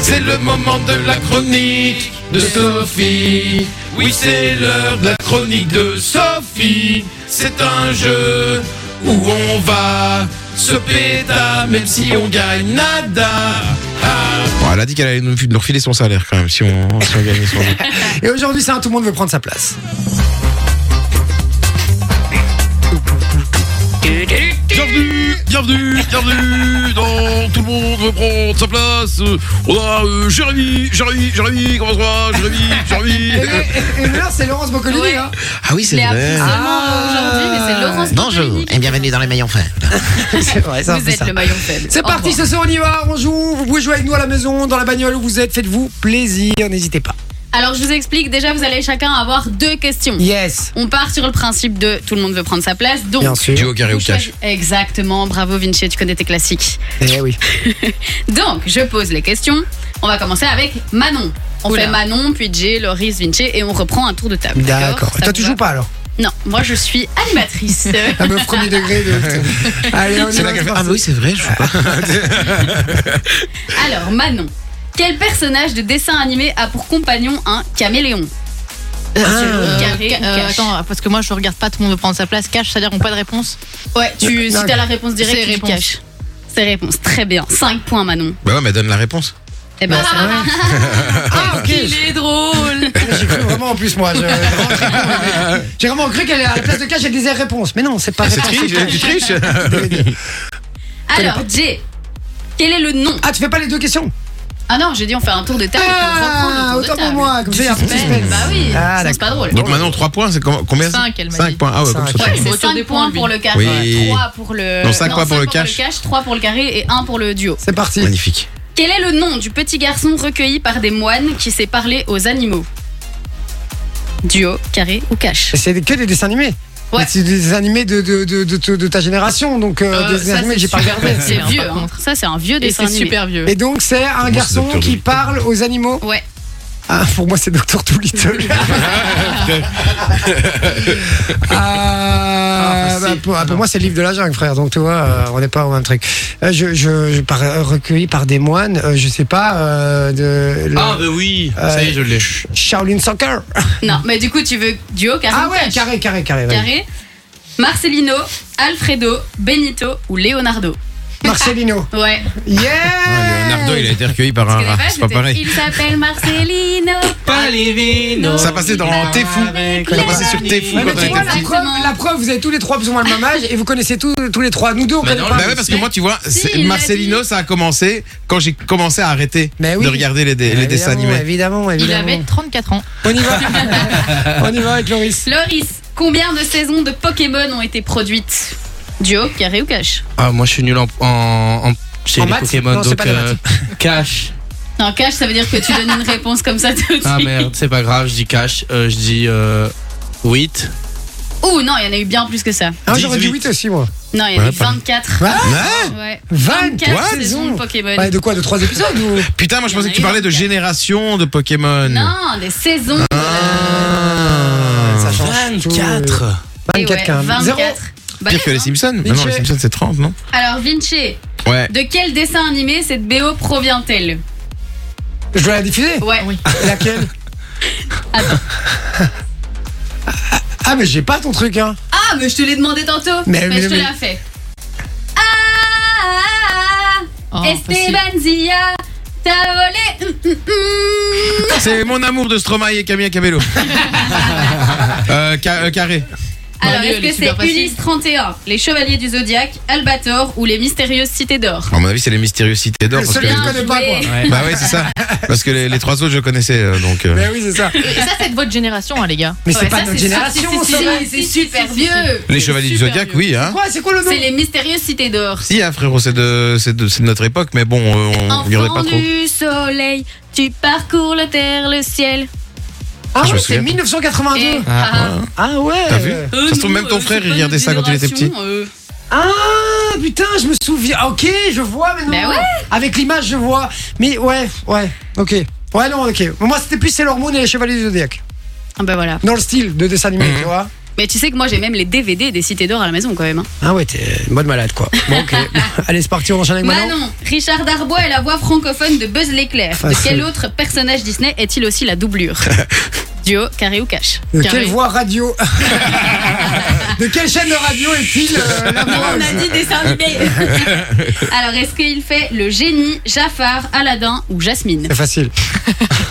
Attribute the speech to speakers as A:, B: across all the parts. A: C'est le moment de la chronique de Sophie. Oui, c'est l'heure de la chronique de Sophie. C'est un jeu où on va se péta, même si on gagne nada. Ah,
B: Bon, elle a dit qu'elle allait nous nous refiler son salaire quand même si on, si on gagnait son jeu.
C: Et aujourd'hui, c'est un tout le monde veut prendre sa place.
A: Bienvenue, bienvenue, bienvenue dans Tout le monde veut prendre sa place. Euh, On a euh, Jérémy, Jérémy, Jérémy, comment ça va Jérémy, Jérémy.
C: Et le- et le leur, c'est Laurence Boccolini.
D: Ouais.
C: hein.
B: Ah oui, c'est
D: Mais
B: vrai. Eh
D: absolument euh,
C: Ah.
D: aujourd'hui, mais c'est Laurence
E: Bonjour
D: Boccolini qui
E: et bienvenue dans les maillons fins.
C: C'est vrai, c'est un
D: Vous
C: peu
D: êtes
C: Eh, ça.
D: le maillon faible.
C: C'est
D: Au
C: parti,
D: revoir.
C: ce soir on y va, on joue, vous pouvez jouer avec nous à la maison, dans la bagnole où vous êtes, faites-vous plaisir, n'hésitez pas.
D: Alors, je vous explique. Déjà, vous allez chacun avoir deux questions.
C: Yes,
D: On part sur le principe de tout le monde veut prendre sa place. Donc,
C: bien sûr.
B: Du au carré
D: vous
B: au cash.
D: choisissez- Exactement. Bravo, Vinci. Tu connais tes classiques.
C: Eh oui.
D: Donc, je pose les questions. On va commencer avec Manon. On
F: Oula.
D: fait Manon, puis Jay, Loris, Vinci, et on reprend un tour de table.
C: D'accord.
D: Ça
C: Toi,
D: vous
C: tu
D: va
C: joues pas alors
D: Non, moi je suis animatrice.
C: La meuf premier degré de. Allez, on y
B: C'est là
C: va.
B: qu'elle
C: c'est
B: fait, Ah,
C: parti.
B: mais oui, c'est vrai, je joue pas.
D: Alors, Manon, quel personnage de dessin animé a pour compagnon un caméléon
F: Euh,
D: Carré
F: ca-
D: ou
F: euh,
D: cache
F: attends, parce que moi je regarde pas, tout le monde veut prendre sa place. Cache, c'est-à-dire qu'on pas de réponse.
D: Ouais, tu, si
C: Euh, Non,
D: t'as la réponse directe,
F: c'est
D: tu le
F: réponse.
D: caches. C'est réponse, très bien. 5 points, Manon.
B: Bah ouais, mais donne la réponse.
D: Eh ben, ça va.
C: Ah, ok.
F: Il est drôle
C: J'ai cru vraiment en plus, moi. je- j'ai vraiment très con, mais- J'ai vraiment cru qu'elle à la place de cash, elle disait réponse. Mais non, c'est pas
B: C'est
C: réponse,
B: triche,
A: Ah,
C: c'est
B: tu triches
D: Alors, Jay, quel est le nom
C: Ah, tu fais pas les deux questions
D: Ah non, j'ai dit on fait un tour de table. puis on reprend
C: Ah,
D: le tour de
C: autant pour
D: table.
C: moi, comme ça, il y a un petit
D: Ben,
C: suspense.
D: bah
C: Ah,
D: oui, sinon, c'est
C: d'accord.
D: pas drôle.
B: Donc maintenant, 3 points, c'est com- combien
F: Cinq, elle m'a
B: 5
F: dit.
B: points. Ah ouais, comme
C: Cinq.
B: ça.
D: Ouais, c'est
F: Autour
D: 5
F: des points,
D: points
F: lui.
D: pour le carré,
B: Oui.
D: 3 pour le.
B: Non, cinq points pour
D: cinq
B: le cache.
D: 3 pour le carré et 1 pour le duo.
C: C'est parti.
B: Magnifique.
D: Quel est le nom du petit garçon recueilli par des moines qui s'est parlé aux animaux Duo, carré ou cache
C: Et C'est que des dessins animés.
D: Ouais.
C: Mais C'est des animés de, de, de, de, de ta génération, donc euh,
F: Euh,
C: des
F: ça,
C: animés
F: c'est
C: que j'ai pas
F: super.
C: regardé.
D: C'est
F: Par
D: vieux, hein.
F: contre.
D: ça c'est un vieux
F: Et
D: dessin
F: c'est
D: animé.
F: super vieux.
C: Et donc, c'est un
B: c'est
C: garçon
B: Dr.
C: qui
B: Dolittle.
C: parle aux animaux.
D: Ouais.
C: Ah, pour moi, c'est Dr. Doolittle. Ah, Euh, bah, pour, ah, pour moi, c'est le livre de la jungle, frère. Donc, tu vois, euh, on n'est pas au même truc. Euh, je, je, je par- euh, recueilli par des moines, euh, je sais pas, euh, de le-
A: Ah,
F: Ah.
B: bah oui, ça y est, je l'ai.
C: Shaolin Soccer.
D: Non, mais du coup tu veux duo, carré
C: Ah
D: ou
C: ouais,
D: cache
C: carré, carré, carré. ouais.
D: Carré. Marcelino, Alfredo, Benito ou Leonardo
C: Marcelino.
D: Ouais.
C: Yeah!
B: Leonardo, il a été recueilli par
D: Parce
B: un
D: que les
B: rat,
D: vaches,
B: Ah, c'est pas
D: c'était-
B: pareil.
D: Il s'appelle Marcelino.
B: Ça passait
D: Bah
B: dans T'es fou. Ça passait sur T'es fou
C: Ouais,
B: quand
C: mais
B: on
C: tu
B: était
C: vois,
D: Exactement.
C: la preuve, la preuve, vous avez tous les trois plus ou moins le même âge et vous connaissez tous, tous les trois. Nous deux, on connaît pas.
B: Bah ouais, parce que moi, tu vois, c'est-
D: il l'a
B: Marcelino, ça a commencé quand j'ai commencé à arrêter
C: Mais Bah oui.
B: de regarder les, dé- les
C: Évidemment,
B: dessins animés.
C: Évidemment,
F: Il
C: évidemment.
F: avait 34 ans.
C: On y va. on y va avec Loris.
D: Floris, combien de saisons de Pokémon ont été produites Duo, carré ou cache
G: Ah, moi je suis nul en, en, en- chez
C: En
G: les
C: maths
G: Pokémon,
C: Non, c'est
G: donc
C: pas des maths.
G: euh, cash.
D: Non, cache, ça veut dire que tu donnes une réponse comme ça tout de
G: Ah
D: suite.
G: merde, c'est pas grave, je dis cash. Euh, je dis euh, 8.
D: Ouh, non, il y en a eu bien plus que ça.
C: Ah, j'aurais dit 8 aussi, moi.
D: Non, il y en a
B: Ouais,
D: eu
B: pas-
D: 24.
C: Ah,
D: Ouais.
C: 24
D: 24 saisons
C: saisons.
D: de Pokémon.
C: Ouais, de quoi De 3 épisodes ou...
B: Putain, moi, je
D: Il y
B: pensais
D: en a
B: que tu
D: eu
B: parlais de
D: vingt-quatre.
B: génération de Pokémon.
D: Non, des saisons.
B: Ah.
C: Ça change tout.
D: Et
C: 24
D: Eh ouais,
C: quand même.
D: 24.
C: Zéro.
D: Bah,
B: Pire que les
D: hein.
B: Simpsons. Mais non,
C: Vinci.
B: les Simpsons, c'est 30, non
D: Alors, Vinci,
B: Ouais.
D: de quel dessin animé cette BO provient-elle
C: Je dois la diffuser
D: Ouais.
F: Oui.
C: Laquelle Ah, mais j'ai pas ton truc, hein.
D: Ah, mais je te l'ai demandé tantôt.
C: Mais- mais-
D: je te
C: mais-
D: l'ai fait. Ah,
F: Oh, facile.
D: Esteban Zia, t'as volé. hum, hum, hum.
B: C'est mon amour de Stromae et Camille Cabello. euh, ca- euh, carré.
D: Alors,
F: lui,
D: est-ce
F: Bah, elle
D: que
F: est super
D: c'est
F: facile.
D: Ulysse 31, les Chevaliers du Zodiaque, Albator ou les Mystérieuses Cités d'Or
B: À mon avis, c'est les mystérieuses cités d'or.
C: Le
B: parce
C: seul
B: que-
C: que je
D: Bien
C: connais pas,
D: joué.
C: moi.
B: Bah ouais, c'est ça. Parce que les, les trois autres, je connaissais. euh, donc, euh.
C: Mais oui, c'est ça.
F: Et ça, c'est de votre génération, hein, les gars.
C: Mais c'est
D: Ouais,
C: pas
D: ça,
C: notre
D: c'est-
C: génération,
D: si, si,
C: ça.
D: si,
C: va.
D: C'est super vieux.
B: les chevaliers du
F: super
B: zodiaque,
F: vieux.
B: oui. Hein.
C: Quoi C'est quoi le nom
D: C'est les Mystérieuses Cités d'Or.
B: Si, hein, frérot, c'est de, c'est de, c'est de notre époque, mais bon, euh, on regardait
D: Enfant
B: pas trop.
D: du soleil, tu parcours la terre, le ciel.
C: Ah,
B: Je me
C: ouais, c'est
B: souviens.
C: 1982.
D: Et-
B: Ah, ouais.
C: Ah ouais
B: T'as vu
D: Euh,
B: Ça se trouve,
D: nous,
B: même ton
D: euh,
B: frère,
D: c'est
B: il
D: pas
B: regardait
D: notre
B: ça quand il était petit.
D: génération, euh.
C: Ah putain, je me souviens. Ah, Ok, je vois maintenant.
D: Bah ouais.
C: Avec l'image, je vois. Mais ouais, ouais, ok. Ouais, non, ok. Moi, c'était plus Sailor Moon et les Chevaliers du Zodiac.
D: Ah bah voilà.
C: Dans le style de dessin animé, tu vois.
D: Mais tu sais que moi j'ai même les DVD des cités d'or à la maison quand même. hein.
C: Ah ouais, t'es une bonne malade, quoi. Bon, ok. Allez, c'est parti, on enchaîne avec Manon.
D: Manon, Richard Darbois est la voix francophone de Buzz l'éclair. De
C: Facile.
D: quel autre personnage Disney est-il aussi la doublure Duo, carré ou cash
C: De
F: Carré.
C: Euh, quelle voix radio De quelle chaîne de radio est-il euh, la
D: Non,
C: voix
D: on a dit dessin animé. Alors, est-ce qu'il fait le génie, Jafar, Aladdin ou Jasmine
C: C'est facile.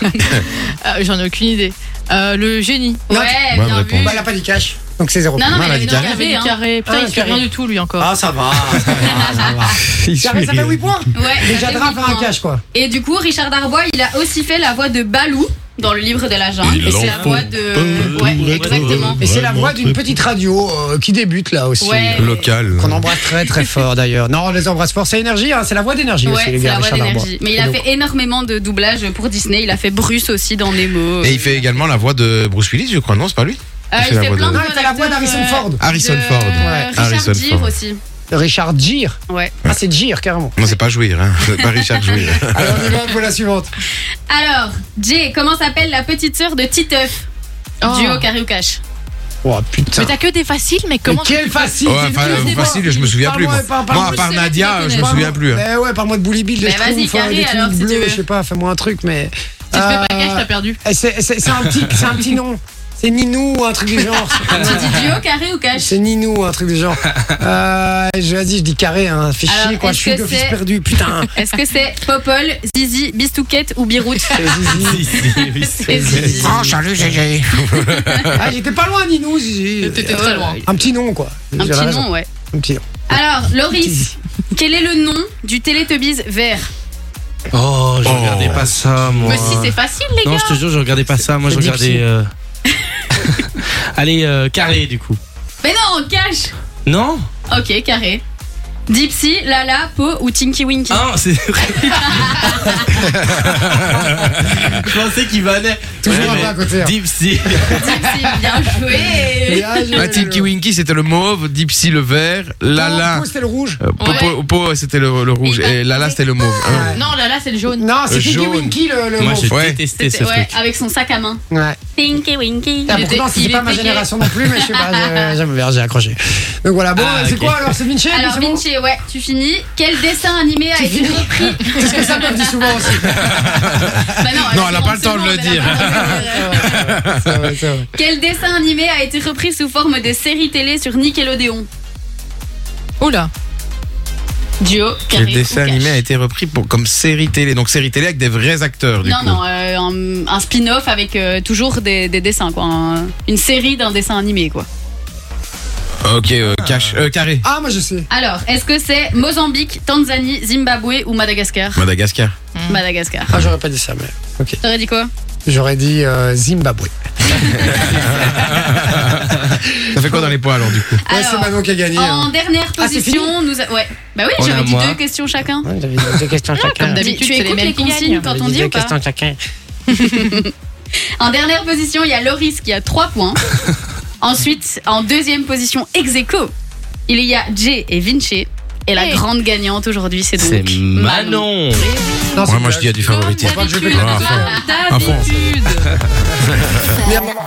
F: Euh, J'en ai aucune idée. Euh, le génie.
D: Ouais,
C: Non,
B: bonne
D: bien
B: réponse.
D: vu.
C: Bah, elle a pas dit cash, donc c'est zéro.
D: Non, non,
C: point.
D: mais elle a
C: dit
D: dit
C: carré.
F: Il
D: carré.
F: avait du
D: hein.
F: carré. Putain,
C: Ah,
F: il fait
C: carré.
F: rien du tout, lui, encore.
G: Ah, ça va. ça va, ça va.
C: Carré, ça fait 8 points
D: Ouais, ça
C: Déjà,
D: fait hein.
C: drap
D: huit
C: faire un
D: points.
C: cash, quoi.
D: Et du coup, Richard Darbois, il a aussi fait la voix de Balou dans le livre de la jungle.
A: Il
D: et c'est
A: en
D: la
A: faut
D: voix de.
A: peu
D: Ouais,
A: de
D: exactement.
A: trouver.
C: Et c'est la
A: Vraiment
C: voix d'une
A: très
C: petite radio euh, qui débute là aussi.
D: Ouais.
B: Local.
C: Qu'on embrasse très très fort d'ailleurs. Non, on les embrasse fort, c'est énergie, hein, c'est la voix d'énergie
D: Ouais,
C: aussi, les
D: c'est
C: gars.
D: la voix
C: Richard Darbois.
D: d'énergie. Mais il a
C: Et donc,
D: fait énormément de doublages pour Disney. Il a fait Bruce aussi dans Nemo.
B: Et il fait également la voix de Bruce Willis, je crois, non C'est pas lui
D: Euh,
B: il fait
D: il
B: la
D: fait
B: voix
D: plein
B: de-
D: de
C: Ah, il fait la voix
D: d'acteurs,
C: d'Harrison
D: euh,
C: Ford.
B: Harrison
D: de-
B: Ford.
D: euh,
B: Harrison
D: Richard Gere
B: Ford.
D: aussi.
C: Richard Gere.
D: Ouais.
C: Ah, c'est Gere carrément.
B: Non, c'est pas Jouir, hein. C'est pas Richard Jouir.
C: Allez, on y va pour la suivante.
D: Alors, Jay, comment s'appelle la petite sœur de Titeuf
C: Ah,
F: Oh.
D: Duo carré ou cash
C: Oh putain.
F: Mais t'as que des faciles, mais comment
C: Mais quel facile
B: Ouais,
C: c'est
B: Oh, enfin,
C: nul, c'est
B: facile,
C: pas-
B: je me souviens plus.
C: Parle-moi,
B: Moi,
C: parle-
B: Moi, à
C: parle-moi-
B: part
D: Bruce,
B: Nadia,
D: c'est
B: je me
D: la connaître.
B: souviens plus. hein.
C: Mais ouais, parle-moi de Bully Bill,
D: Mais
C: les
D: vas-y,
C: Schtroumpfs, hein,
D: carré,
C: des
D: alors,
C: trucs
D: si tu
C: bleus,
D: veux.
C: je sais pas, fais-moi un truc, mais.
F: tu te fais pas
C: Euh,
F: cash, t'as perdu.
C: eh, C'est c'est- c'est un petit, c'est un petit nom. C'est Ninou ou un truc du genre.
D: Tu dis duo carré ou cash
C: C'est Ninou ou un truc du genre. Euh, je l'ai dit, je dis carré, hein, fais
D: Alors,
C: chier quoi. Je
D: est-ce
C: suis
D: que
C: le fils
D: c'est-
C: perdu, putain.
D: Est-ce que c'est Popol, Zizi, Bistouquette ou Birout
C: C'est Zizi.
D: C'est Zizi.
B: salut GG.
C: Ah, j'étais pas loin, Ninou, Zizi. Euh,
F: T'étais très loin.
C: Un petit nom, quoi.
D: Un
C: J'ai
D: petit
C: raison.
D: nom, ouais.
C: Un petit nom.
D: Alors, Loris, quel est le nom du Télétobise vert
G: Oh, je
B: Oh.
G: regardais pas ça, moi.
F: Mais si, c'est facile, les
G: non,
D: hein.
F: gars.
G: je te jure, je regardais pas ça. Moi, je
C: c'est Dixie.
G: regardais. euh, Allez, euh, carré, du coup.
D: Mais non, cash
G: Non
D: Ok, carré. Dipsy, Lala, Po ou Tinky Winky
B: Hein
G: Ah, c'est Je pensais qu'il valait.
C: Toujours un peu à côté, hein.
G: Deep Sea.
D: Dipsy, bien joué
C: Ah, j'ai-
B: Tinky Winky, c'était le mauve, Dipsy le vert, Lala.
C: Popo, C'était le rouge.
B: euh, Popo, Popo, c'était le, le rouge
F: Et il
B: et Lala c'était le mauve. hein.
F: Non, là, là, c'est le jaune.
C: Non, c'est
B: Euh,
C: Tinky
B: jaune.
C: Winky le, le
G: Moi,
C: mot.
G: j'ai
B: Ouais.
G: détesté ce
D: C'était ouais,
G: truc.
D: avec son sac à main.
C: Ouais.
D: Tinky Winky.
C: Ah,
F: Il
C: pourtant,
F: était-
C: c'était
F: il
C: pas ma
F: était gay.
C: génération non plus, mais je sais pas, j'ai- j'aime bien, j'ai accroché. Donc voilà, bon,
G: Ah,
C: c'est
G: ok.
C: quoi alors C'est Vinci
D: Alors,
C: c'est bon
D: Vinci, ouais, tu finis. Quel dessin animé a été repris
C: C'est ce que ça me dit souvent aussi.
D: Bah
B: Non, elle a
D: a
B: pas
D: 30
B: le temps de le
D: secondes, elle a pas le temps de le dire.
C: C'est vrai, c'est vrai.
D: Quel dessin animé a été repris sous forme de série télé sur Nickelodeon
F: Oula.
D: Duo,
B: Quel
D: carré ou
B: dessin
D: cash
B: animé a été repris pour, comme série télé. Donc série télé avec des vrais acteurs du
D: Non,
B: coup.
D: non, euh, un, un spin-off avec euh, toujours des, des dessins, quoi. Un- une série d'un dessin animé, quoi.
B: Ok, euh, cash, euh, carré.
C: Ah, moi je sais.
D: Alors, est-ce que c'est Mozambique, Tanzanie, Zimbabwe ou Madagascar
B: Madagascar.
F: Hmm.
D: Madagascar.
C: Ah, j'aurais pas dit ça, mais. Ok.
D: T'aurais dit quoi
C: J'aurais dit euh, Zimbabwe.
B: Ça fait quoi dans les points alors du coup
C: Ouais, c'est
D: Alors,
C: Manon qui a gagné.
D: en
C: hein.
D: dernière
C: Ah, c'est
D: position, nous a- Ouais. Bah oui,
G: On a
D: j'avais dit
G: moi.
D: deux questions chacun.
C: Ouais, J'avais dit deux questions chacun.
F: comme d'habitude.
D: Tu
F: c'est les
D: écoutes
F: mêmes
D: les
F: qui gagnent.
D: consignes quand
C: J'avais
D: on
C: dit
D: dit
C: deux
D: ou pas
C: questions chacun.
D: En dernière position, il y a Loris qui a 3 points. Ensuite, en deuxième position, ex aequo, il y a Jay et Vinci. Et la
F: Hey.
D: grande gagnante aujourd'hui, c'est
G: C'est
D: donc Manon.
C: Non,
G: Manon.
B: Moi,
C: Ah, c'est
B: moi je
C: pas-
B: dis à du favoritisme.
D: Comme d'habitude,
B: péter la
D: comme
B: À fond.